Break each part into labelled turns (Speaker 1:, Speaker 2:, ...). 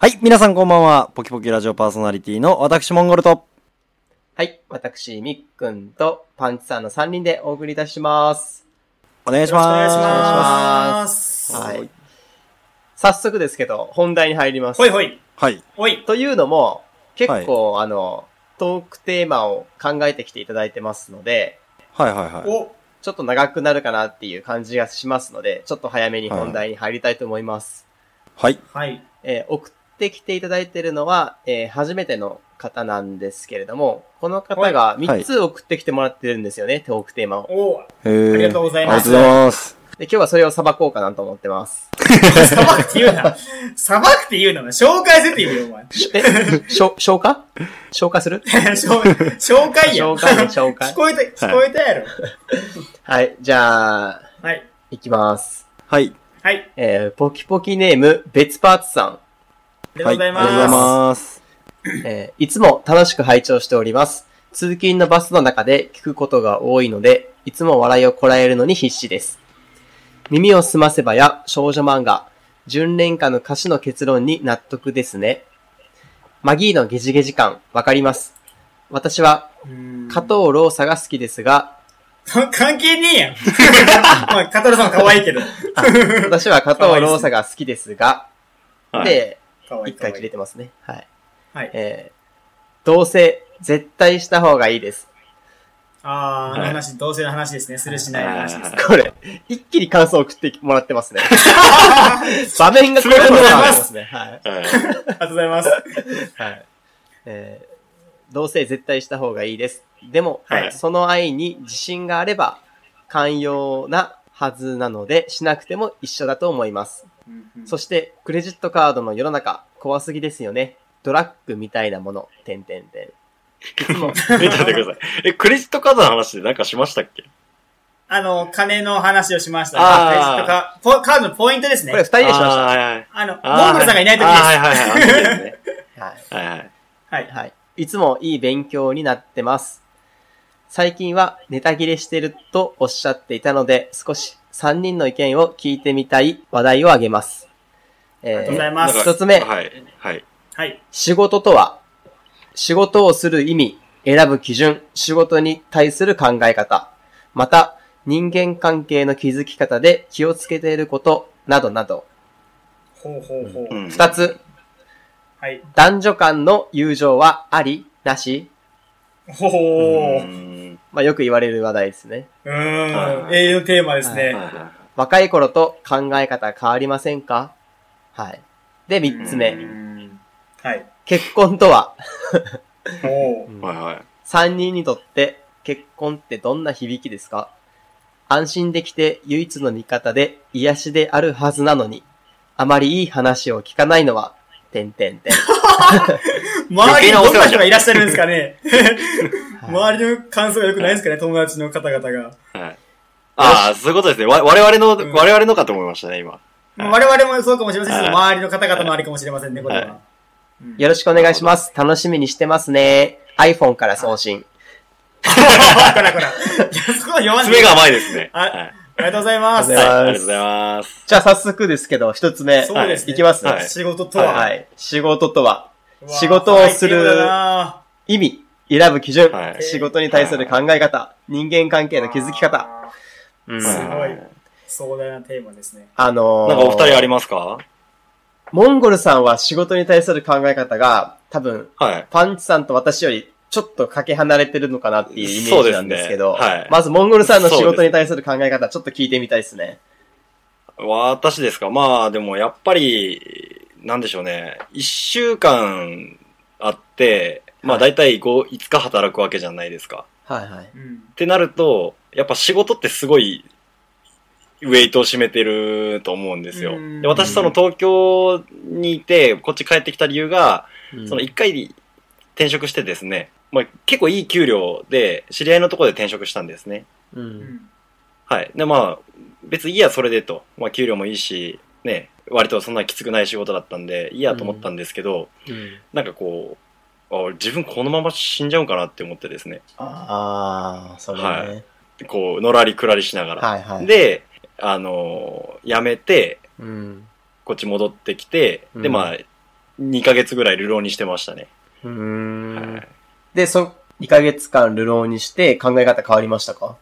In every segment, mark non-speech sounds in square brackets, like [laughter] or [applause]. Speaker 1: はい、皆さんこんばんは。ポキポキラジオパーソナリティの私、モンゴルと。
Speaker 2: はい。私、みっくんとパンチさんの3人でお送りいたします。
Speaker 1: お願いし
Speaker 3: お願
Speaker 1: ま
Speaker 3: い
Speaker 1: す。
Speaker 3: し
Speaker 2: ま
Speaker 3: ます。
Speaker 2: は
Speaker 3: はい
Speaker 2: い。早速ですけど、本題に入ります。
Speaker 3: ほいほい。
Speaker 1: はい。
Speaker 3: ほい。
Speaker 2: というのも、結構、あの、トークテーマを考えてきていただいてますので、
Speaker 1: はいはいはい。
Speaker 3: お、
Speaker 2: ちょっと長くなるかなっていう感じがしますので、ちょっと早めに本題に入りたいと思います。
Speaker 1: はい。
Speaker 3: はい。
Speaker 2: えー送ってきていただいているのは、えー初めての方なんですけれども、この方が3つ送ってきてもらってるんですよね、トークテーマを。
Speaker 3: お、
Speaker 1: えー
Speaker 3: ありがとうござい
Speaker 1: あ
Speaker 3: ま
Speaker 1: りがと
Speaker 3: す。
Speaker 1: うございます。
Speaker 2: で、今日はそれをさばこうかなと思ってます。
Speaker 3: さばくって言うな。 [laughs] さばくって言うなな。紹介せって言うよ、お前。
Speaker 2: え、しょ、消化消化する
Speaker 3: 紹 [laughs] 紹介や。
Speaker 2: 紹介ね紹介
Speaker 3: 聞こえた、聞こえたやろ。
Speaker 2: はい、じゃあ、
Speaker 3: はい。
Speaker 2: いきます。
Speaker 1: はい。
Speaker 3: はい。
Speaker 2: えーポキポキネーム、別パーツさん。
Speaker 3: ありがとうございます。
Speaker 1: はいありがとうございます。
Speaker 2: えーいつも楽しく拝聴しております。通勤のバスの中で聞くことが多いので、いつも笑いをこらえるのに必死です。耳をすませばや少女漫画、純恋歌の歌詞の結論に納得ですね。マギーのゲジゲジ感、わかります。私は、加藤ローサが好きですが、
Speaker 3: [laughs] 関係ねえやん。まあ、カトラさん可愛いけど。
Speaker 2: 私は加藤ローサが好きですが、で、
Speaker 3: 可愛い
Speaker 2: 一回切れてますね。はい。
Speaker 3: はい。
Speaker 2: えー、同棲、絶対した方がいいです。
Speaker 3: あー、あの
Speaker 1: はい
Speaker 3: 話、同性の話ですね。するしないの話です。
Speaker 2: これ、一気に感想を送ってもらって
Speaker 3: [laughs]
Speaker 2: ますね。場面がこれ
Speaker 3: そ
Speaker 2: もらって
Speaker 3: うでござい
Speaker 2: ま
Speaker 3: ます
Speaker 2: すね。はい。
Speaker 3: ありがとうございます。
Speaker 2: はい。えー、同棲絶対した方がいいです。でも、
Speaker 3: はい
Speaker 2: その愛に自信があれば、寛容なはずなので、しなくても一緒だと思います。そ
Speaker 3: し
Speaker 2: して、クレジットカードの世の中、怖すぎですよね。ドラッグみたいなもの、てんてんてん。いつも、
Speaker 4: え、ちょっと待ってください。え、クレジットカードの話でなんかしましたっけ
Speaker 3: あの、金の話をしました。
Speaker 4: あー
Speaker 3: クレジットカポカードのポイントですね
Speaker 2: こ。れ二人でしました。
Speaker 4: あーはいはい
Speaker 3: あの、モ
Speaker 4: あー
Speaker 3: ンゴルさんがいない時
Speaker 4: あーはい
Speaker 3: で
Speaker 4: はいはいあの時ですね。
Speaker 2: はい。
Speaker 4: はいはい。
Speaker 3: はい
Speaker 2: はい。いつもいい勉強になってます。最近はネタ切れしてるとおっしゃっていたので、少し3人の意見を聞いてみたい話題を挙げます。え
Speaker 3: がとうございます
Speaker 4: なんか
Speaker 2: 一つ目、
Speaker 4: はい。はい。
Speaker 3: す。はい。
Speaker 2: 仕事とは、仕事をする意味、選ぶ基準、仕事に対する考え方、また、人間関係の築き方で気をつけていること、などなど。
Speaker 3: ほうほうほう。
Speaker 4: うん
Speaker 2: 二つ、
Speaker 3: はい。
Speaker 2: 男女間の友情はあり、なし、
Speaker 3: ほほ
Speaker 4: う
Speaker 3: ー。
Speaker 4: ーん
Speaker 2: まあ、よく言われる話題ですね。
Speaker 3: うー
Speaker 4: は
Speaker 3: ん。
Speaker 4: い
Speaker 3: 永遠のテーマですね。
Speaker 4: はいは
Speaker 2: 若い頃と考え方変わりませんかはい。で、三つ
Speaker 4: う
Speaker 2: 目。
Speaker 3: んはい。
Speaker 2: 結婚とは、
Speaker 3: おー
Speaker 4: いはいはい。
Speaker 2: 三人にとって結婚ってどんな響きですか安心できて唯一の味方で癒しであるはずなのに、あまりいい話を聞かないのは、てんてんてん。
Speaker 3: 周りにどんな人がいらっしゃるんですかね
Speaker 2: はい
Speaker 3: 周りの感想が良くないですかね友達の方々が。
Speaker 4: はい。ああ、そういうことですね。わ我々の、
Speaker 3: ん
Speaker 4: 我々のかと思いましたね、今。
Speaker 3: まあ我々もそうかもしれませんし、
Speaker 4: はい
Speaker 3: 周りの方々もありかもしれませんね、これ
Speaker 4: はい
Speaker 3: は。うん
Speaker 2: よろしくお願いします。楽しみにしてますね。iPhone から送信。
Speaker 3: こらこら。いや、そこは読まない。
Speaker 4: 爪が甘いですね。
Speaker 3: あ
Speaker 4: はいはい
Speaker 3: ありがとうございます。
Speaker 2: ありがとうござ
Speaker 4: あ
Speaker 2: います
Speaker 4: りがとうございます。
Speaker 2: じゃあ早速ですけど、一つ目。
Speaker 3: そうですね
Speaker 2: いきます、
Speaker 4: はい
Speaker 3: 仕事とは。
Speaker 2: はい。仕事とは、
Speaker 3: うわー
Speaker 2: 仕事をする
Speaker 3: 最低だな
Speaker 2: 意味、選ぶ基準、
Speaker 4: はい
Speaker 2: 仕事に対する考え方、人間関係の築き方。。うん
Speaker 3: すご
Speaker 4: はい
Speaker 3: い。壮大なテーマですね。
Speaker 2: あのー
Speaker 4: なんかお二人ありますか
Speaker 2: モンゴルさんは仕事に対する考え方が、多分、
Speaker 4: はい。
Speaker 2: パンチさんと私より、ちょっとかけ離れてるのかなっていうイメージなんですけど、
Speaker 4: そうですねはい
Speaker 2: まずモンゴルさんの仕事に対する考え方、ちょっと聞いてみたいですね。
Speaker 4: 私ですかまあ、でもやっぱり、なんでしょうね。一週間あって、まあ
Speaker 2: は
Speaker 4: 大体5、5日働くわけじゃないですか。
Speaker 2: はいはい。
Speaker 3: うん
Speaker 4: っ。てなると、やっぱ仕事ってすごい、ウェイトを占めてると思うんですよ
Speaker 3: う。ん
Speaker 4: で私、その東京にいて、こっち帰ってきた理由が、その
Speaker 2: うん
Speaker 4: 一回転職してですね、まあ、結構いい給料で、知り合いのところで転職したんですね。
Speaker 2: う。
Speaker 3: うんん
Speaker 4: はい。で、まあ、別にいいや、それでと。まあ、給料もいいし、ね、割とそんなきつくない仕事だったんで、いいやと思ったんですけど、
Speaker 2: うん
Speaker 4: なんかこう、あ俺自分このまま死んじゃうんかなって思ってですね、
Speaker 2: あー、それね。
Speaker 4: はこう、のらりくらりしながら。
Speaker 2: はいはい。、
Speaker 4: で、あのー辞めて、
Speaker 2: うん。
Speaker 4: こっち戻ってきて、
Speaker 2: う
Speaker 4: で、
Speaker 2: ん
Speaker 4: まあ、 2ヶ月ぐらい流浪にしてましたね。
Speaker 2: う
Speaker 4: は
Speaker 2: ん
Speaker 4: い。
Speaker 2: で、そ、2ヶ月間流浪にして考え方変わりましたか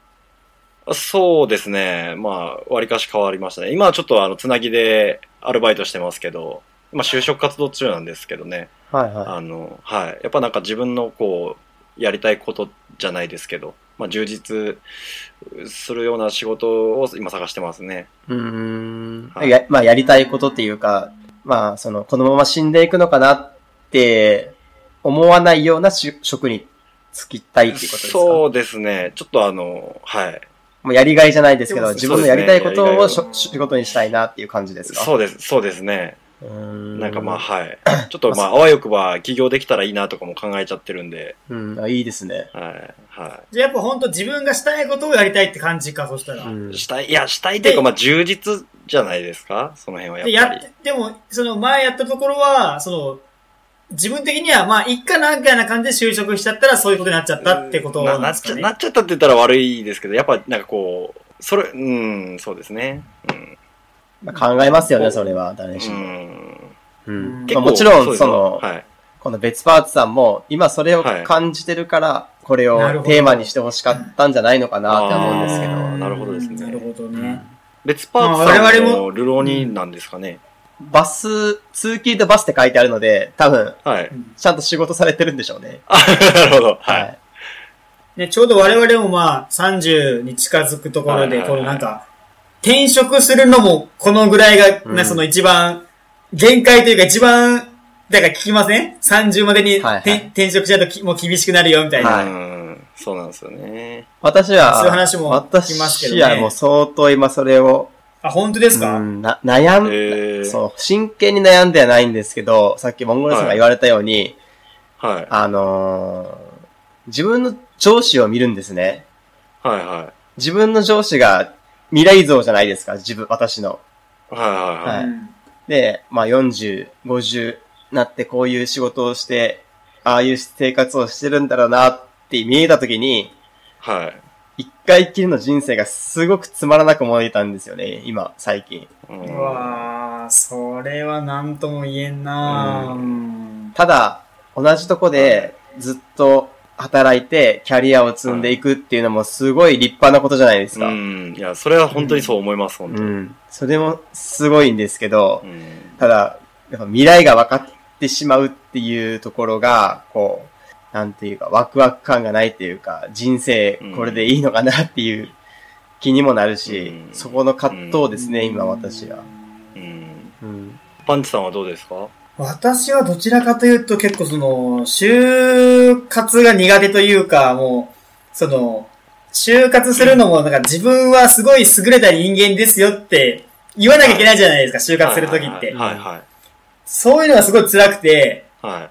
Speaker 4: そうですね。まあ、割かし変わりましたね。今はちょっとあの、つなぎでアルバイトしてますけど、今就職活動中なんですけどね。
Speaker 2: はいは
Speaker 4: あの、はい。やっぱなんか自分のこう、やりたいことじゃないですけど、まあ、充実するような仕事を今探してますね。
Speaker 2: い。うん
Speaker 4: はい
Speaker 2: や、まあやりたいことっていうか、まあその、このまま死んでいくのかなって思わないようなし職に就きたいっていうことですか
Speaker 4: そうですね。ちょっとあの、はい。
Speaker 2: もうやりがいじゃないですけど、
Speaker 3: そう
Speaker 2: 自
Speaker 3: です
Speaker 2: 分
Speaker 3: ね
Speaker 2: のやりたいことをし
Speaker 3: やりがいを
Speaker 2: 仕事にしたいなっていう感じですか
Speaker 4: そうです、そうですね。
Speaker 2: うーん。
Speaker 4: なんか
Speaker 2: [clears throat]
Speaker 4: まあ、はい。ちょっとまあ、あわよくば起業できたらいいなとかも考えちゃってるんで、
Speaker 2: うん、あいいですね。
Speaker 4: はい。は
Speaker 3: じゃあやっぱ本当自分がしたいことをやりたいって感じか、そしたら。
Speaker 2: うん
Speaker 4: い。したい、いや、したいというか、
Speaker 3: で
Speaker 4: まあ、充実じゃないですかその辺は
Speaker 3: で、
Speaker 4: やっ
Speaker 3: や
Speaker 4: ぱ
Speaker 3: っ
Speaker 4: り。
Speaker 3: て、でも、その前やったところは、その、自分的には、まあ、一かなんかな感じで就職しちゃったら、そういうことになっちゃったってこと
Speaker 4: な
Speaker 3: なん
Speaker 4: な
Speaker 3: で
Speaker 4: っ
Speaker 3: す
Speaker 4: ち
Speaker 3: か
Speaker 4: ゃ
Speaker 3: ね。
Speaker 4: なっちゃったって言ったら悪いですけど、やっぱなんかこう、それ、うん、そうですね。うん。
Speaker 2: まあ、考えますよね、それは、誰し
Speaker 4: う
Speaker 2: も。
Speaker 4: ん
Speaker 2: うん
Speaker 3: 結
Speaker 2: まあもちろん、その、
Speaker 4: はい。
Speaker 2: この別パーツさんも、今それを
Speaker 4: はい
Speaker 2: 感じてるから、これ
Speaker 3: なる
Speaker 2: を
Speaker 3: ほど
Speaker 2: テーマにしてほしかったんじゃないのかなって思うんですけ
Speaker 4: あ
Speaker 2: ど、
Speaker 4: ーなるほどですね
Speaker 3: なるほどね。
Speaker 4: 別パーツ
Speaker 3: まあ
Speaker 4: さ
Speaker 3: 我
Speaker 4: ん
Speaker 3: 々
Speaker 4: も流浪人なんですかね。
Speaker 2: バス、通勤とバスって書いてあるので、多分、
Speaker 4: はい。
Speaker 2: ちゃんと仕事されてるんでしょうね。
Speaker 4: あ、 [laughs] なるほど。はい。
Speaker 2: い。
Speaker 3: ね、ちょうど我々もまあ、30に近づくところで、
Speaker 4: はいはいはい
Speaker 3: このなんか、転職するのも、このぐらいが、
Speaker 2: うん
Speaker 3: なその一番、限界というか一番、だから聞きません ?30 まで
Speaker 2: は
Speaker 3: に、
Speaker 2: いはい
Speaker 3: 転転職しちゃうときもう厳しくなるよ、みたいな。
Speaker 2: はい
Speaker 4: うん。そうなんですよね。
Speaker 2: 私
Speaker 3: そういう
Speaker 2: は、
Speaker 3: 話も聞きますけ
Speaker 2: 私
Speaker 3: どね
Speaker 2: はもう相当今それを、
Speaker 3: あ、本当ですか、
Speaker 2: うんな悩ん、
Speaker 4: へー
Speaker 2: そう、真剣に悩んではないんですけど、さっきモンゴルさんが言われたように、
Speaker 4: はい。
Speaker 2: あのー自分の上司を見るんですね。
Speaker 4: はいは
Speaker 2: 自分の上司が未来像じゃないですか、自分、私の。
Speaker 4: い。はいはい
Speaker 2: は
Speaker 4: はいい。
Speaker 3: うん
Speaker 2: で、まあ40、50なってこういう仕事をして、ああいう生活をしてるんだろうなって見えた時に、
Speaker 4: はい。
Speaker 2: 一回きりの人生がすごくつまらなく思えたんですよね、今、最近。
Speaker 4: うん
Speaker 3: うわあ、それは何とも言えんなあ
Speaker 4: う
Speaker 3: うん
Speaker 2: ただ、同じとこでずっと働いてキャリアを積んでいくっていうのもすごい立派なことじゃないですか。
Speaker 4: う
Speaker 2: うん。
Speaker 4: ん。いや、それは本当にそう思います、本当に。
Speaker 2: それもすごいんですけど、
Speaker 4: うん
Speaker 2: ただ、やっぱ未来が分かってしまうっていうところが、こう、なんていうか、ワクワク感がないっていうか、人生これでいいのかなっていう気にもなるし、
Speaker 4: うん
Speaker 2: そこの葛藤ですね、今私は。。
Speaker 4: うん。
Speaker 2: うん。
Speaker 4: パンチさんはどうですか
Speaker 3: 私はどちらかというと結構その、就活が苦手というか、もう、その、就活するのもなんか自分はすごい優れた人間ですよって言わなきゃいけないじゃないですか、就活するときって。
Speaker 4: はいはい
Speaker 3: そういうのがすごい辛くて、
Speaker 4: はい。は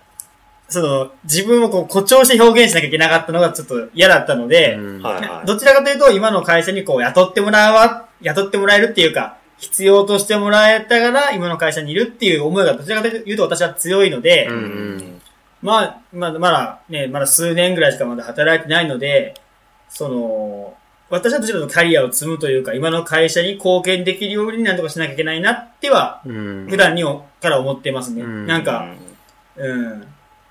Speaker 3: その、自分をこう誇張して表現しなきゃいけなかったのがちょっと嫌だったので、
Speaker 2: う
Speaker 4: い。
Speaker 2: ん
Speaker 4: はいはい。
Speaker 3: どちらかというと、今の会社にこう雇ってもらうわ、雇ってもらえるっていうか、必要としてもらえたから、今の会社にいるっていう思いが、どちらかというと私は強いので、
Speaker 2: うん
Speaker 3: まあ、まだ、まだね、まだ数年ぐらいしかまだ働いてないので、その、私はどちらかというとキャリアを積むというか、今の会社に貢献できるようになんとかしなきゃいけないなっては、
Speaker 2: うん
Speaker 3: 普段におから思ってますね。
Speaker 2: うん
Speaker 3: なんか、
Speaker 4: う
Speaker 3: うん。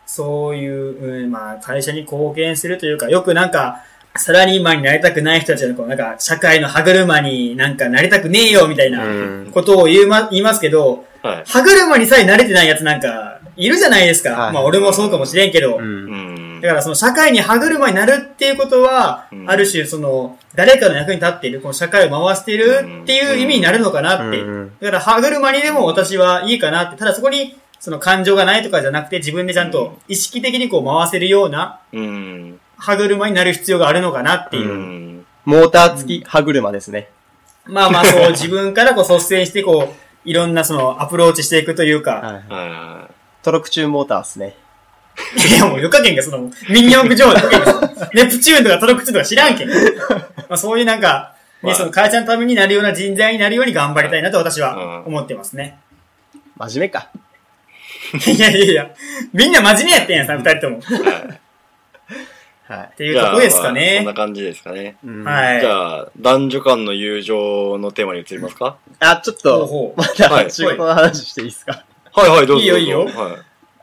Speaker 3: そういう、うん、まあ、会社に貢献するというか、よくなんか、サラリーマンになりたくない人たちの、こう、なんか、社会の歯車になんかなりたくねえよ、みたいな
Speaker 2: うん
Speaker 3: ことを言うま、言いますけど、
Speaker 4: はい。
Speaker 3: 歯車にさえ慣れてないやつなんか、いるじゃないですか。
Speaker 2: はい
Speaker 3: まあ、俺もそうかもしれんけど、
Speaker 2: うん
Speaker 4: うん
Speaker 3: だからその社会に歯車になるっていうことは、
Speaker 4: うん
Speaker 3: ある種その、誰かの役に立っている、この社会を回しているっていう意味になるのかなって。
Speaker 2: うん
Speaker 3: だから歯車にでも私はいいかなって。ただそこに、その感情がないとかじゃなくて、自分でちゃん
Speaker 4: うん
Speaker 3: と意識的にこう回せるような
Speaker 4: うん。
Speaker 3: 歯車になる必要があるのかなっていうう。
Speaker 4: ん。
Speaker 2: モーター付き歯車ですね。
Speaker 3: まあまあそう、自分からこう率先してこう、いろんなそのアプローチしていくというか、
Speaker 2: はい。
Speaker 4: は
Speaker 2: トロクチューンモーターですね。
Speaker 3: いやもうよかけんがその、ミニ四駆上だけが、ネプチューンとかトロクチューンとか知
Speaker 4: [laughs]
Speaker 3: らんけん。まあそういうなんか、
Speaker 4: ま
Speaker 3: ね、
Speaker 4: あ
Speaker 3: その会社のためになるような人材になるように頑張りたいなと私は
Speaker 4: うん
Speaker 3: 思ってますね。
Speaker 2: 真面目か。
Speaker 3: いやいやいや、みんな真面目やってんやさ、二人とも。
Speaker 2: [laughs]
Speaker 3: っ
Speaker 4: い。はい。
Speaker 2: はい。
Speaker 3: ていうとこですか
Speaker 4: じゃあまあそんな
Speaker 3: ね。
Speaker 4: 感じですかね。
Speaker 2: うん
Speaker 3: はい。
Speaker 4: じゃあ、男女間の友情のテーマに移りますか
Speaker 2: あ、ちょっ
Speaker 3: ほう
Speaker 2: と、
Speaker 3: ほう
Speaker 2: また
Speaker 4: はい
Speaker 2: 仕事の話していいですか
Speaker 4: [laughs] はいはい、どうぞ。
Speaker 3: いいよいいよ
Speaker 4: どうぞはい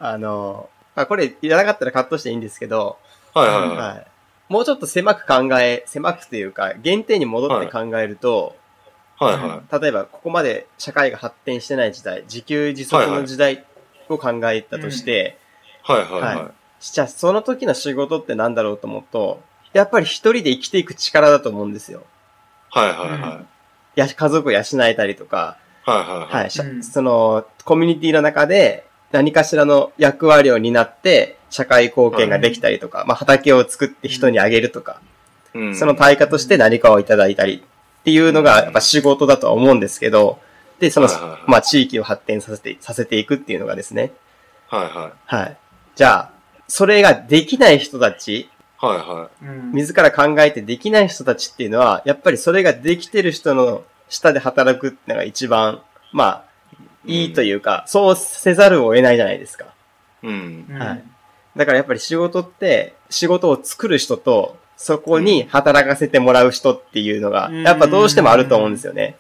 Speaker 2: あの、まあ、これいらなかったらカットしていいんですけど、
Speaker 4: はいはいはい。
Speaker 2: はい。もうちょっと狭く考え、狭くというか、原点に戻って考えると、
Speaker 4: はいは
Speaker 2: 例えばここまで社会が発展してない時代、自給自足の時代を考えたとして、
Speaker 4: い。はいはい
Speaker 2: は
Speaker 4: は
Speaker 2: じゃあその時の仕事ってなんだろうと思うと、やっぱり一人で生きていく力だと思うんですよ。
Speaker 4: い。はいはいはい。
Speaker 2: や、家族を養えたりとか、
Speaker 4: はいはいはい。
Speaker 2: はい、しゃ
Speaker 3: うん
Speaker 2: その、コミュニティの中で何かしらの役割を担って、社会貢献ができたりとか、まあ畑を作って人にあげるとか、
Speaker 4: うん
Speaker 2: その対価として何かをいただいたりっていうのがやっぱ仕事だとは思うんですけど、で、その
Speaker 4: はいはいはい、
Speaker 2: まあ地域を発展させて、させていくっていうのがですね。
Speaker 4: はいはい。
Speaker 2: はい。じゃあ、それができない人たち、
Speaker 4: はいは
Speaker 3: うん。
Speaker 2: 自ら考えてできない人たちっていうのは、やっぱりそれができてる人の下で働くっていうのが一番、まあ、いいというか、そうせざるを得ないじゃないですか。
Speaker 4: い。うん。
Speaker 2: はいだからやっぱり仕事って、仕事を作る人と、そこに働かせてもらう人っていうのが、
Speaker 3: うん
Speaker 2: やっぱどうしてもあると思うんですよね。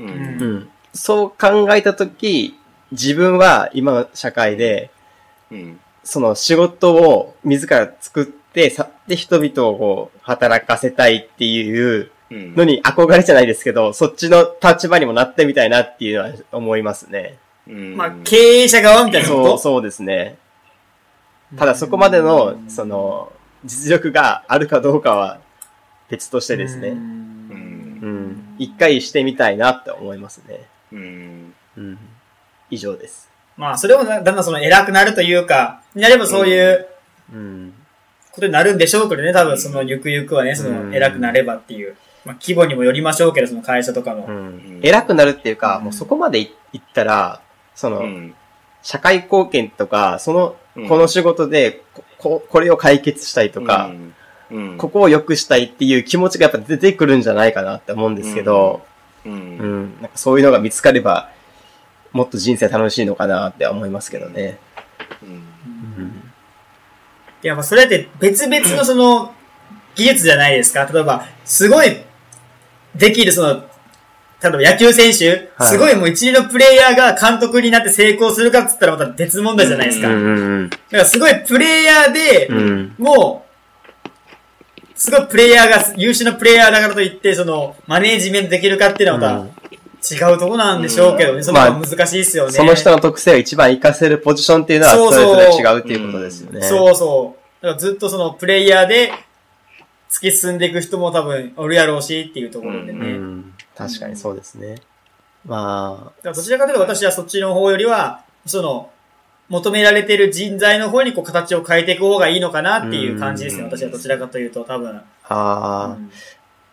Speaker 4: う
Speaker 3: うん
Speaker 4: ん。
Speaker 2: うん。そう考えたとき、自分は今の社会で、
Speaker 4: うん。
Speaker 2: その仕事を自ら作って、さで人々をこう働かせたいっていう
Speaker 4: うん。
Speaker 2: のに憧れじゃないですけど、そっちの立場にもなってみたいなっていうのは思いますね。
Speaker 4: うん
Speaker 3: まあ、経営者側みたいなこ
Speaker 2: そ
Speaker 3: と
Speaker 2: う、そうですね。ただそこまでの、そ、の、実力があるかどうかは別としてです
Speaker 3: う。
Speaker 2: ね。
Speaker 4: うんん。
Speaker 2: うん。一回してみたいなって思いますね。
Speaker 4: うん。
Speaker 2: うん。以上です。
Speaker 3: まあ、それをだんだんその偉くなるというか、になればそういう
Speaker 2: うん。
Speaker 3: ことになるんでしょうけどね、多分そのゆくゆくはね、その偉くなればっていう。まあ、規模にもよりましょうけど、その会社とか
Speaker 2: う
Speaker 3: の。
Speaker 2: ん、偉くなるっていうか、もうそこまでいいったら、その、
Speaker 4: うん。
Speaker 2: 社会貢献とか、その、
Speaker 4: うん
Speaker 2: この仕事でこ、ここれを解決したいとか、
Speaker 4: うん、うん。
Speaker 2: ここを良くしたいっていう気持ちがやっぱ出てくるんじゃないかなって思うんですけど、
Speaker 4: う
Speaker 2: うん、
Speaker 4: ん。
Speaker 2: なんかそういうのが見つかれば、もっと人生楽しいのかなって思いますけどね。
Speaker 4: うん。
Speaker 2: うん。
Speaker 3: いや、まあ、それって別々のその、技術じゃないですか。例えば、すごい、できるその、例えば野球選手、
Speaker 2: はい
Speaker 3: すごいもう一流のプレイヤーが監督になって成功するかっつったらまた別問題じゃないですか。
Speaker 4: う
Speaker 2: うん
Speaker 3: だ
Speaker 2: ん。
Speaker 3: からすごいプレイヤーで
Speaker 2: う、ん。
Speaker 3: もう、すごいプレイヤーが、優秀なプレイヤーだからといって、その、マネージメントできるかっていうのはまた違うとこなんでしょうけどね。その
Speaker 2: まあ
Speaker 3: 難しいですよね。
Speaker 2: その人の特性を一番活かせるポジションっていうのは、
Speaker 3: そう
Speaker 2: そ
Speaker 3: そう
Speaker 2: れぞれ違うっていうことですよね。
Speaker 3: そうそう。だからずっとそのプレイヤーで突き進んでいく人も多分おるやろうしっていうところで
Speaker 4: う
Speaker 3: ね。だ
Speaker 2: ん。確かにそうですね。まあ、
Speaker 3: からどちらかというと私はそっちの方よりは、その、求められてる人材の方にこう形を変えていく方がいいのかなっていう感じですね。
Speaker 4: うん
Speaker 3: 私はどちらかというと多分。
Speaker 2: ああ、
Speaker 3: うん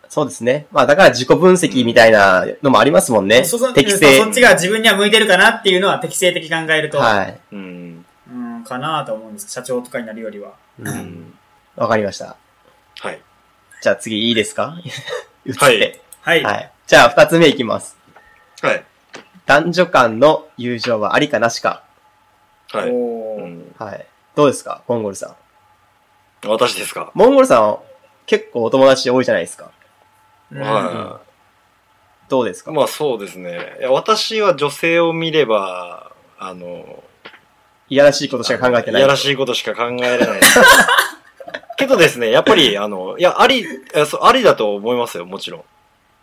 Speaker 2: そうですね。まあだから自己分析みたいなのもありますもんね。
Speaker 3: そそ
Speaker 2: 適
Speaker 3: うん
Speaker 2: 正。
Speaker 3: そっちが自分には向いてるかなっていうのは適正的に考えると、
Speaker 2: はい。
Speaker 4: うん。
Speaker 3: うん、かなと思うんです。社長とかになるよりは。
Speaker 2: う
Speaker 4: うんん。
Speaker 2: わかりました。
Speaker 4: はい。
Speaker 2: じゃあ次いいですか [laughs] 移って、
Speaker 4: はい
Speaker 3: はい。
Speaker 2: はい。じゃあ二つ目いきます。
Speaker 4: はい。
Speaker 2: 男女間の友情はありかなしか。
Speaker 4: はい。
Speaker 3: おー
Speaker 4: うん
Speaker 2: はい。どうですかモンゴルさん。
Speaker 4: 私ですか
Speaker 2: モンゴルさんは結構お友達多いじゃないですか。
Speaker 3: うん
Speaker 4: は
Speaker 2: どうです
Speaker 4: い。
Speaker 2: か
Speaker 4: まあそうですね。いや私は女性を見れば、あの、
Speaker 2: いやらしいことしか考えてない。
Speaker 4: やらしいことしか考えられ [laughs] ない。けどですね、やっぱ [laughs] り、あの、いや、あり、えそうありだと思いますよ、もちろん。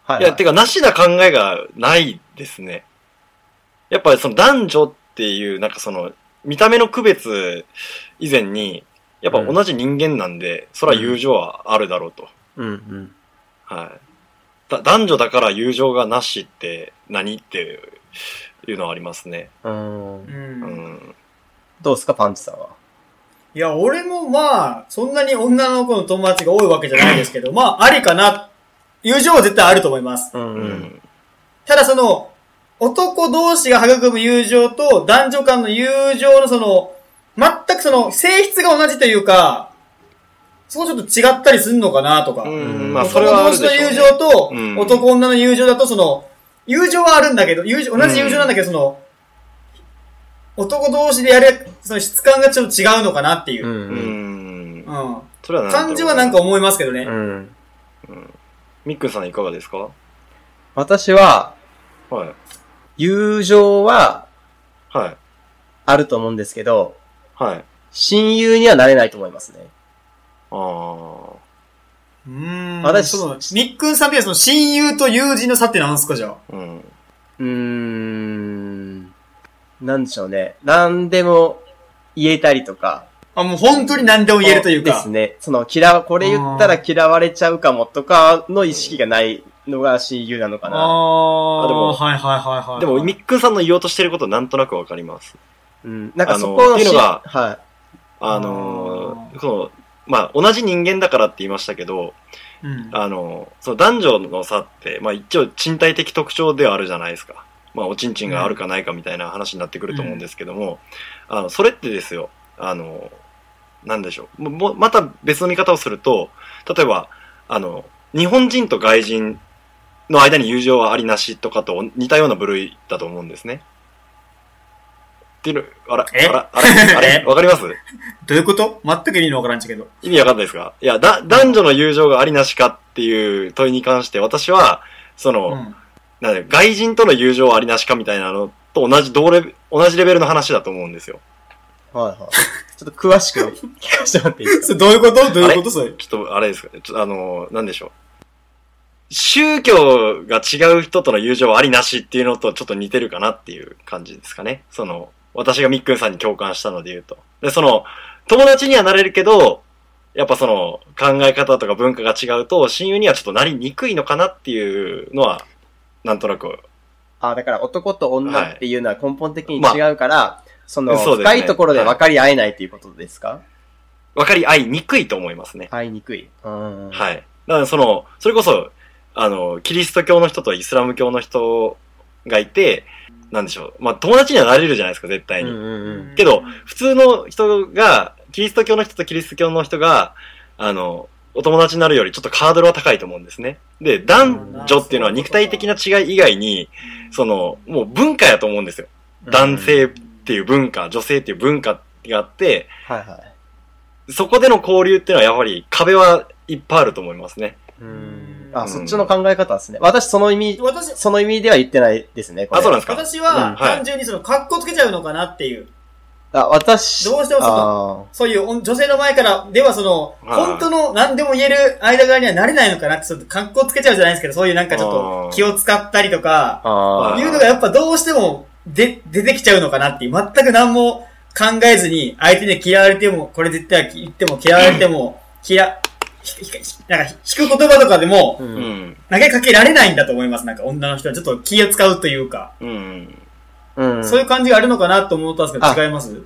Speaker 2: はいい、は
Speaker 4: や、
Speaker 2: い。
Speaker 4: てか、なしな考えがないですね。やっぱりその男女っていう、なんかその、見た目の区別以前に、やっぱ同じ人間なんで、そら友情はあるだろうと。
Speaker 2: うんうん。
Speaker 4: はい。だ男女だから友情がなしって何っていうのはありますね。
Speaker 2: うーん。
Speaker 4: う
Speaker 3: うん
Speaker 4: ん。
Speaker 2: どうですかパンチさんは。
Speaker 3: いや、俺もまあ、そんなに女の子の友達が多いわけじゃないですけど、
Speaker 4: [laughs]
Speaker 3: まあ、ありかな。友情は絶対あると思います。
Speaker 2: うん
Speaker 4: う。ん。
Speaker 3: ただその、男同士が育む友情と男女間の友情のその、全くその、性質が同じというか、そこちょっと違ったりすんのかなとか。
Speaker 4: うんまあ、それ
Speaker 3: 男
Speaker 4: はあ
Speaker 3: 同
Speaker 4: る
Speaker 3: 士
Speaker 4: で
Speaker 3: の
Speaker 4: しょう、ね。
Speaker 3: 友情と
Speaker 4: うん
Speaker 3: 男女の友情だとその、友情はあるんだけど、友情同じ友情なんだけど、その、男同士でやる、その質感がちょっと違うのかなっていう。
Speaker 4: う。ん。
Speaker 3: うん
Speaker 4: それはなんだろう
Speaker 3: 感じはなんか思いますけどね。
Speaker 2: うん。
Speaker 4: ミックさんいかがですか
Speaker 2: 私は、
Speaker 4: はい。
Speaker 2: 友情は
Speaker 4: はい。
Speaker 2: あると思うんですけど、
Speaker 4: はい。
Speaker 2: 親友にはなれないと思いますね。
Speaker 4: あー。
Speaker 3: うーん。
Speaker 2: 私
Speaker 3: その、みっくんさんってその親友と友人の差って何すかじゃあ。
Speaker 4: うん。
Speaker 2: うーん。なんでしょうね。何でも言えたりとか。
Speaker 3: あ、もう本当に何でも言えるという
Speaker 2: で
Speaker 3: か。
Speaker 2: すね。その、嫌わ、これ言ったら嫌われちゃうかもとかの意識がないのが親友なのかな。
Speaker 3: あ
Speaker 4: あで
Speaker 3: あ、
Speaker 4: も
Speaker 3: はいはいはいはい。
Speaker 4: でも、ミックさんの言おうとしてることなんとなくわかります。
Speaker 2: うん。なんかそこ
Speaker 4: あの
Speaker 2: の
Speaker 4: っていうのが
Speaker 2: しはい。
Speaker 4: あのー、この、まあ、同じ人間だからって言いましたけど、
Speaker 3: うん、
Speaker 4: あのー、その男女の差って、まあ、一応賃貸的特徴ではあるじゃないですか。まあ、おちんちんがあるかないかみたいな話になってくると思うんですけども、あの、それってですよ、あのー、なんでしょう。ももうまた別の見方をすると、例えば、あの、日本人と外人の間に友情はありなしとかと似たような部類だと思うんですね。っていうの、あら、
Speaker 3: え
Speaker 4: あら、あら、あれ
Speaker 3: [laughs] え
Speaker 4: わかります
Speaker 3: どういうこと全く意味のわからんちゃけど。
Speaker 4: 意味わかんないですかいや、だ、男女の友情がありなしかっていう問いに関して、私は、その、
Speaker 3: うん。
Speaker 4: なんだよ外人との友情はありなしかみたいなのと同じ、同レベ同じレベルの話だと思うんですよ。
Speaker 2: はいはい。ちょっと詳しく聞かせてもらっていいですか
Speaker 3: それどういうことどういうことそれ。
Speaker 4: ちょっと、あれですかね。ちょっとあの、なんでしょう。宗教が違う人との友情はありなしっていうのとちょっと似てるかなっていう感じですかね。その、私がみっくんさんに共感したので言うと。で、その、友達にはなれるけど、やっぱその、考え方とか文化が違うと、親友にはちょっとなりにくいのかなっていうのは、なんとなく、
Speaker 2: [laughs] あ、だから男と女っていうのは根本的に違うから、その、
Speaker 4: そうです
Speaker 2: 深
Speaker 4: ね
Speaker 2: いところで分かり合えないっていうことですか、
Speaker 4: 分かり合いにくいと思いますね。
Speaker 2: 会いにくい。うん。い。
Speaker 4: はい。だからその、それこそ、あの、キリスト教の人とイスラム教の人がいて、なんでしょう。まあ、友達にはなれるじゃないですか、絶対
Speaker 2: うん
Speaker 4: に。
Speaker 2: うんうん。
Speaker 4: けど、普通の人が、キリスト教の人とキリスト教の人が、あの、お友達になるよりちょっとハードルは高いと思うんですね。で、男女っていうのは肉体的な違い以外に、その、もう文化やと思うんですよ。男性っていう文化、女性っていう文化があって、
Speaker 2: はいはい。
Speaker 4: そこでの交流っていうのはやはり壁はいっぱいあると思いますね。
Speaker 2: うん。あ、
Speaker 3: うん
Speaker 2: そっちの考え方ですね。私その意味、
Speaker 3: 私、
Speaker 2: その意味では言ってないですね。これ
Speaker 4: あ、そうなんですか
Speaker 3: 私
Speaker 2: うん
Speaker 4: は
Speaker 3: は
Speaker 4: い
Speaker 3: 単純にその格好つけちゃうのかなっていう。
Speaker 2: あ、私。
Speaker 3: どうしてもそこ
Speaker 2: あ
Speaker 3: そういうお女性の前から、ではその、
Speaker 4: はい
Speaker 3: 本当の何でも言える間柄にはなれないのかなって、ちょっと格好つけちゃうじゃないですけど、そういうなんかちょっと
Speaker 4: あー
Speaker 3: 気を使ったりとか
Speaker 2: ー、あ
Speaker 4: ー
Speaker 3: いうのがやっぱどうしてもで出てきちゃうのかなっていう、全く何も考えずに、相手に嫌われても、これ絶対言っても嫌われても、嫌、ひひひなんか引く言葉とかで
Speaker 2: ー
Speaker 3: も
Speaker 2: う。
Speaker 4: うんん。
Speaker 3: 投げかけられないんだと思います。なんか女の人はちょっと気を使うというか、
Speaker 4: うん。
Speaker 2: うん。
Speaker 3: そういう感じがあるのかなと思ったんですけど、
Speaker 2: あ
Speaker 3: 違います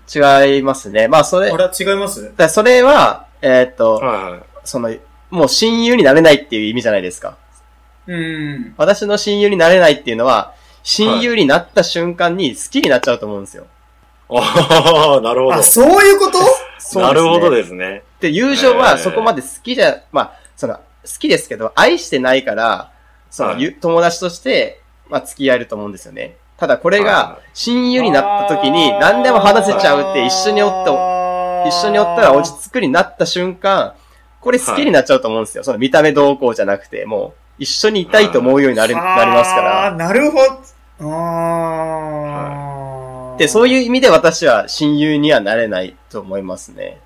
Speaker 2: 違いますね。まあ、それ、
Speaker 3: あ
Speaker 2: だか
Speaker 3: れ違います
Speaker 2: らそれは、えーっと、
Speaker 4: はいはい。
Speaker 2: その、もう親友になれないっていう意味じゃないですか。
Speaker 3: うん。
Speaker 2: 私の親友になれないっていうのは、親友になった瞬間に好きになっちゃうと思うんですよ。
Speaker 4: あ [laughs] あ、なるほ
Speaker 3: あ、
Speaker 4: ど。
Speaker 3: そういうこと
Speaker 2: そう
Speaker 4: な
Speaker 2: で
Speaker 4: る
Speaker 2: すね
Speaker 4: ほどですね。
Speaker 2: で、友情
Speaker 4: へ
Speaker 2: は
Speaker 4: ー
Speaker 2: そこまで好きじゃ、まあ、その、好きですけど、愛してないから、その、
Speaker 4: はい
Speaker 2: ゆ友達として、まあ、付き合えると思うんですよね。ただ、これが
Speaker 4: は、
Speaker 2: 親友になった時に、何でも話せちゃうって、一緒におって、一緒におったら落ち着くになった瞬間、これ好きになっちゃうと思うんですよ。その見た目どうこうじゃなくて、もう、一緒にいたいと思うようになり、
Speaker 3: は
Speaker 2: なりますから。。
Speaker 3: なるほど。あー
Speaker 2: で、そういう意味で私は親友にはなれないと思いますね。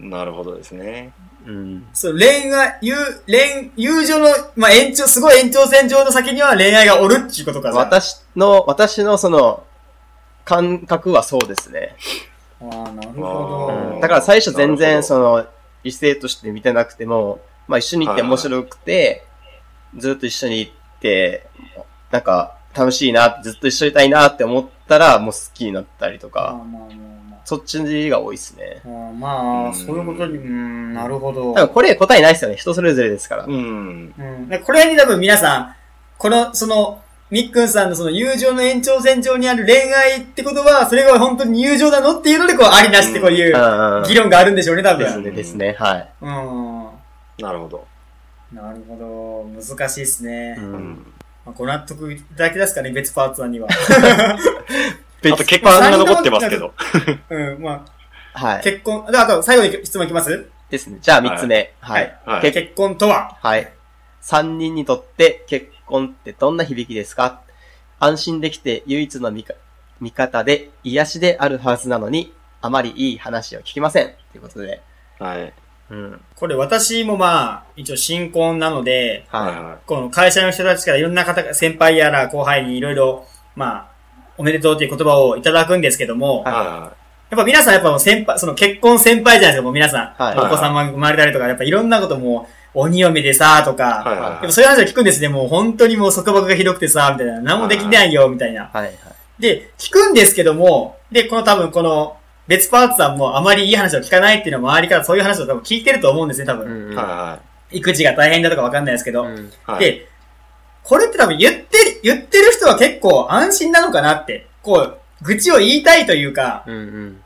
Speaker 4: なるほどですね。
Speaker 2: うん。
Speaker 3: そう、恋愛、友、恋、友情の、まあ、延長、すごい延長線上の先には恋愛がおるっていうことか。じゃあ
Speaker 2: 私の、私のその、感覚はそうですね。
Speaker 3: あーなるほ
Speaker 4: う
Speaker 3: ど
Speaker 4: ん。
Speaker 2: だから最初全
Speaker 4: なる
Speaker 2: 然
Speaker 4: ほど
Speaker 2: その、異性として見てなくても、まあ一緒に行って面白くて、ずっと一緒に行って、なんか楽しいな、ずっと一緒にいたいなって思ったら、もう好きになったりと
Speaker 3: まあ
Speaker 2: か、
Speaker 3: まあまあまあ
Speaker 2: そっちが多いですね。
Speaker 3: あーま
Speaker 4: う
Speaker 3: あ、
Speaker 4: ん
Speaker 3: そういうことに、うん、なるほど。
Speaker 2: 多分これ答えないですよね。人それぞれですから。
Speaker 4: うん。
Speaker 3: うん。でこれに多分皆さん、この、その、みっくんさんのその友情の延長線上にある恋愛ってことは、それが本当に友情なのっていうので、こう、ありなしってこういう
Speaker 2: うんうん。
Speaker 3: 議論があるんでしょうね、多
Speaker 2: で
Speaker 3: 分
Speaker 2: す。ね、ですね。はい。
Speaker 3: うん。
Speaker 4: なるほど。
Speaker 3: なるほど。難しいですね。
Speaker 2: うん
Speaker 4: うん。
Speaker 3: まあ、ご納得いただけますかね、別パーツさんに
Speaker 2: [laughs]
Speaker 3: は。
Speaker 4: あと結婚が残ってますけど。
Speaker 3: うん、まあ、
Speaker 2: はい。
Speaker 3: 結婚、であと最後に質問いきます
Speaker 2: ですね。じゃあ3つ目。はい。
Speaker 4: はい。
Speaker 2: 結
Speaker 3: 結婚とは
Speaker 2: はい。3人にとって結婚ってどんな響きですか安心できて唯一の味方味方で、癒しであるはずなのに、あまりいい話を聞きません。ということで。
Speaker 4: はい。
Speaker 2: うん。
Speaker 3: これ私もまあ、一応新婚なので、
Speaker 4: はい
Speaker 2: は
Speaker 4: は
Speaker 3: この会社の人たちからいろんな方が、先輩やら後輩にいろいろ、まあ、おめでとうという言葉をいただくんですけども、
Speaker 4: い。
Speaker 2: はい
Speaker 4: は
Speaker 3: やっぱ皆さんやっぱもう先輩、その結婚先輩じゃないですか、もう皆さん。
Speaker 2: はい
Speaker 3: お子様生まれたりとか、やっぱいろんなことも、鬼嫁でさ、と
Speaker 4: い。はい
Speaker 3: か、
Speaker 4: は
Speaker 3: やっぱそういう話を聞くんですね、もう本当にもう束縛がひどくてさ、みたいな、何もできないよ、みたいな。
Speaker 2: い。はいはい。
Speaker 3: で、聞くんですけども、で、この多分この、別パーツさんもあまりいい話を聞かないっていうのは周りからそういう話を多分聞いてると思うんですね、多
Speaker 2: う
Speaker 3: 分。
Speaker 2: んう
Speaker 4: い。
Speaker 2: ん。
Speaker 4: は
Speaker 3: 育児が大変だとかわかんないですけど。
Speaker 2: うん
Speaker 4: いはい。はい、
Speaker 3: で、これって多分言って、言ってる人は結構安心なのかなって、こう、愚痴を言いたいというか、
Speaker 2: うんうん。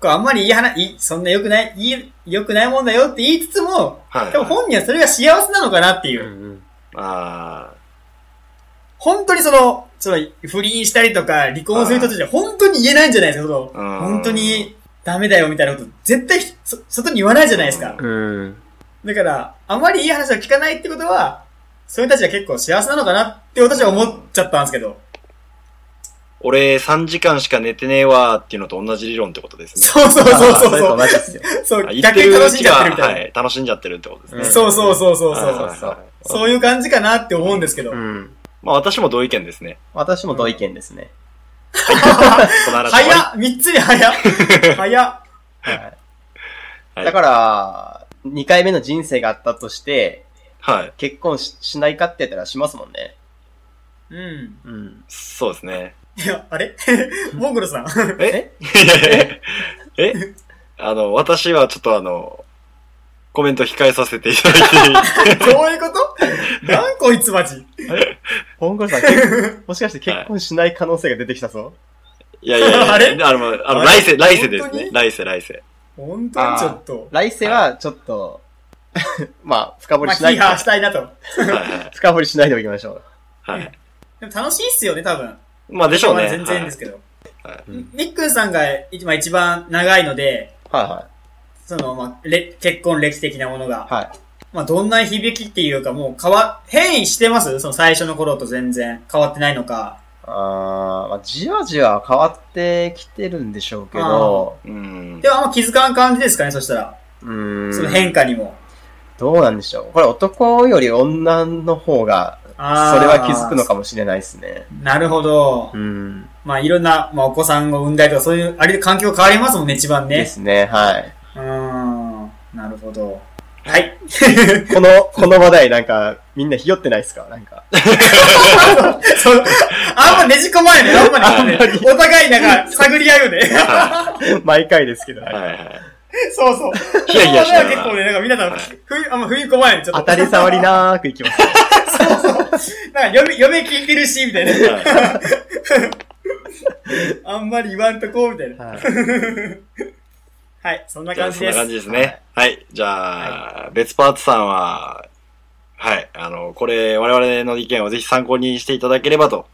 Speaker 3: こうあんまりいい話、いいそんな良くない、いい、良くないもんだよって言いつつも、
Speaker 4: はい。
Speaker 3: でも本人はそれが幸せなのかなっていうう。
Speaker 2: ん
Speaker 4: あ
Speaker 3: 本当にその、その、不倫したりとか、離婚する人たちは本当に言えないんじゃないですか、その、
Speaker 4: うん
Speaker 3: 本当にダメだよみたいなこと、絶対ひそ、外に言わないじゃないですか
Speaker 4: う。
Speaker 2: うん。
Speaker 3: だから、あまりいい話を聞かないってことは、そういう人たちが結構幸せなのかなって私は思っちゃったんですけど。
Speaker 4: ー俺3時間しか寝てねえわーっていうのと同じ理論ってことですね。
Speaker 3: そうそうそうそう
Speaker 2: れ
Speaker 3: そ
Speaker 2: と
Speaker 3: う
Speaker 2: 同。じですよ。
Speaker 3: そう
Speaker 4: あ、言っ
Speaker 3: 逆
Speaker 4: て
Speaker 3: に
Speaker 4: る
Speaker 3: 楽
Speaker 4: う
Speaker 3: しん
Speaker 4: ち
Speaker 3: じゃっ
Speaker 4: が、
Speaker 3: てるみたい
Speaker 4: はい、楽しんじゃってるってことですね。
Speaker 3: な。
Speaker 2: うん
Speaker 3: そうそうそうそう
Speaker 4: はい
Speaker 3: そ
Speaker 4: は
Speaker 3: う
Speaker 4: い。はい
Speaker 3: そういう感じかなって思うんですけど
Speaker 2: う。ん。
Speaker 4: まあ私も同意見ですね。
Speaker 2: 私も同意見ですね。
Speaker 4: この話終わ
Speaker 3: 早っ三つに早っ早っ
Speaker 2: はい
Speaker 4: はい
Speaker 2: だから、2回目の人生があったとして、
Speaker 4: りはい。
Speaker 2: 結婚ししないかって言ったらしますもんね。
Speaker 3: うん。
Speaker 2: うん。
Speaker 4: そうですね。
Speaker 3: いや、あれ [laughs] モンゴルさん。 [laughs]
Speaker 4: [laughs] えあの、私はちょっとあの、コメント控えさせていただいてい [laughs] い
Speaker 3: どういうことなんこいつマジ。
Speaker 2: 本郷さん、結 [laughs] もしかして結婚しない可能性が出てきたぞ。
Speaker 4: いやいやいや、
Speaker 3: あれ
Speaker 4: あの、あの
Speaker 3: あれ
Speaker 4: 来世、来世です
Speaker 3: 本当
Speaker 4: ね。
Speaker 3: に
Speaker 4: 来世、来世。
Speaker 3: 本当にちょっと。
Speaker 2: 来世は、ちょっと、 [laughs] まあ、深掘り
Speaker 3: まあ、
Speaker 2: しな
Speaker 3: ヒー
Speaker 2: い。
Speaker 3: ハーしたいなと。
Speaker 4: はいはい。
Speaker 2: 深掘りしないでおきましょ
Speaker 4: はい。
Speaker 3: でも楽しいっすよね、多分。
Speaker 4: まあでしょうね。
Speaker 3: 全然ですけど。
Speaker 4: はいはい
Speaker 2: うん
Speaker 3: みっくんさんが今一番長いので、
Speaker 2: う。はいは
Speaker 3: その、まあ、れ結婚歴史的なものが。
Speaker 2: い。はい。
Speaker 3: まあ、どんな響きっていうか、もう変わ、変異してますその最初の頃と全然変わってないのか。
Speaker 2: あーまあ、じわじわ変わってきてるんでしょうけど、
Speaker 4: うん
Speaker 3: で。は、あんま気づかん感じですかね、そしたら。
Speaker 2: うーん。
Speaker 3: その変化にも。
Speaker 2: どうなんでしょう。これ男より女の方が、そ
Speaker 3: あー
Speaker 2: れは気づくのかもしれないですね。
Speaker 3: なるほど。
Speaker 2: うん。
Speaker 3: まあ、いろんな、まあ、お子さんを産んだりとか、そういう、あれで環境変わりますもんね、一番
Speaker 2: で
Speaker 3: ね。
Speaker 2: すね、はい。
Speaker 3: うーん。なるほど。はい。
Speaker 2: この、この話題なんか、みんなひよってないですかなんか。 [laughs]
Speaker 3: そう [laughs] あんまねじ込まないね、あんまね
Speaker 2: あんまり。
Speaker 3: お互いなんか、探り合うよね。
Speaker 4: は
Speaker 2: 毎回ですけど、
Speaker 4: いはいはい。
Speaker 3: [laughs] そうそう。
Speaker 4: ヒヤヒヤしながら
Speaker 3: この話は結構ね、なんかみんな多分
Speaker 4: はい
Speaker 3: ふいあんま踏み込まないのちょっと。
Speaker 2: 当たり障りなーくいきます。
Speaker 3: [laughs] なんか嫁、嫁聞いてるし、みたいな。
Speaker 4: は
Speaker 3: あんまり言わんとこう、みたいな。
Speaker 2: はい
Speaker 3: はい、そんない
Speaker 4: じゃ
Speaker 3: 感
Speaker 4: あ
Speaker 3: じ
Speaker 4: そん
Speaker 3: で
Speaker 4: な
Speaker 3: す。
Speaker 4: 感じですね。はい。じゃあ、別パーツさんは、はい。あの、これ、我々の意見をぜひ参考にしていただければと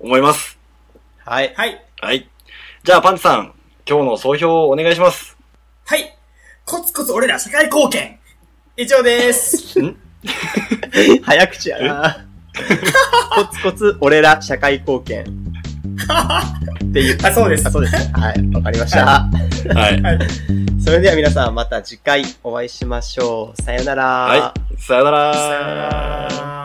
Speaker 4: 思います。
Speaker 2: はい。
Speaker 3: はい。
Speaker 4: はい。じゃあ、パンチさん、今日の総評をお願いします。
Speaker 3: はい。コツコツ俺ら社会貢献。以上です。
Speaker 2: 早口やなー。コツコツ俺ら社会貢献。っていう。
Speaker 3: [laughs] あ、そうです
Speaker 2: あ、。そうですね。はい。わかりました。
Speaker 4: はい。
Speaker 3: はい。
Speaker 2: それでは皆さんまた次回お会いしましょう。さよなら。
Speaker 4: はい。さよなら。
Speaker 3: さよなら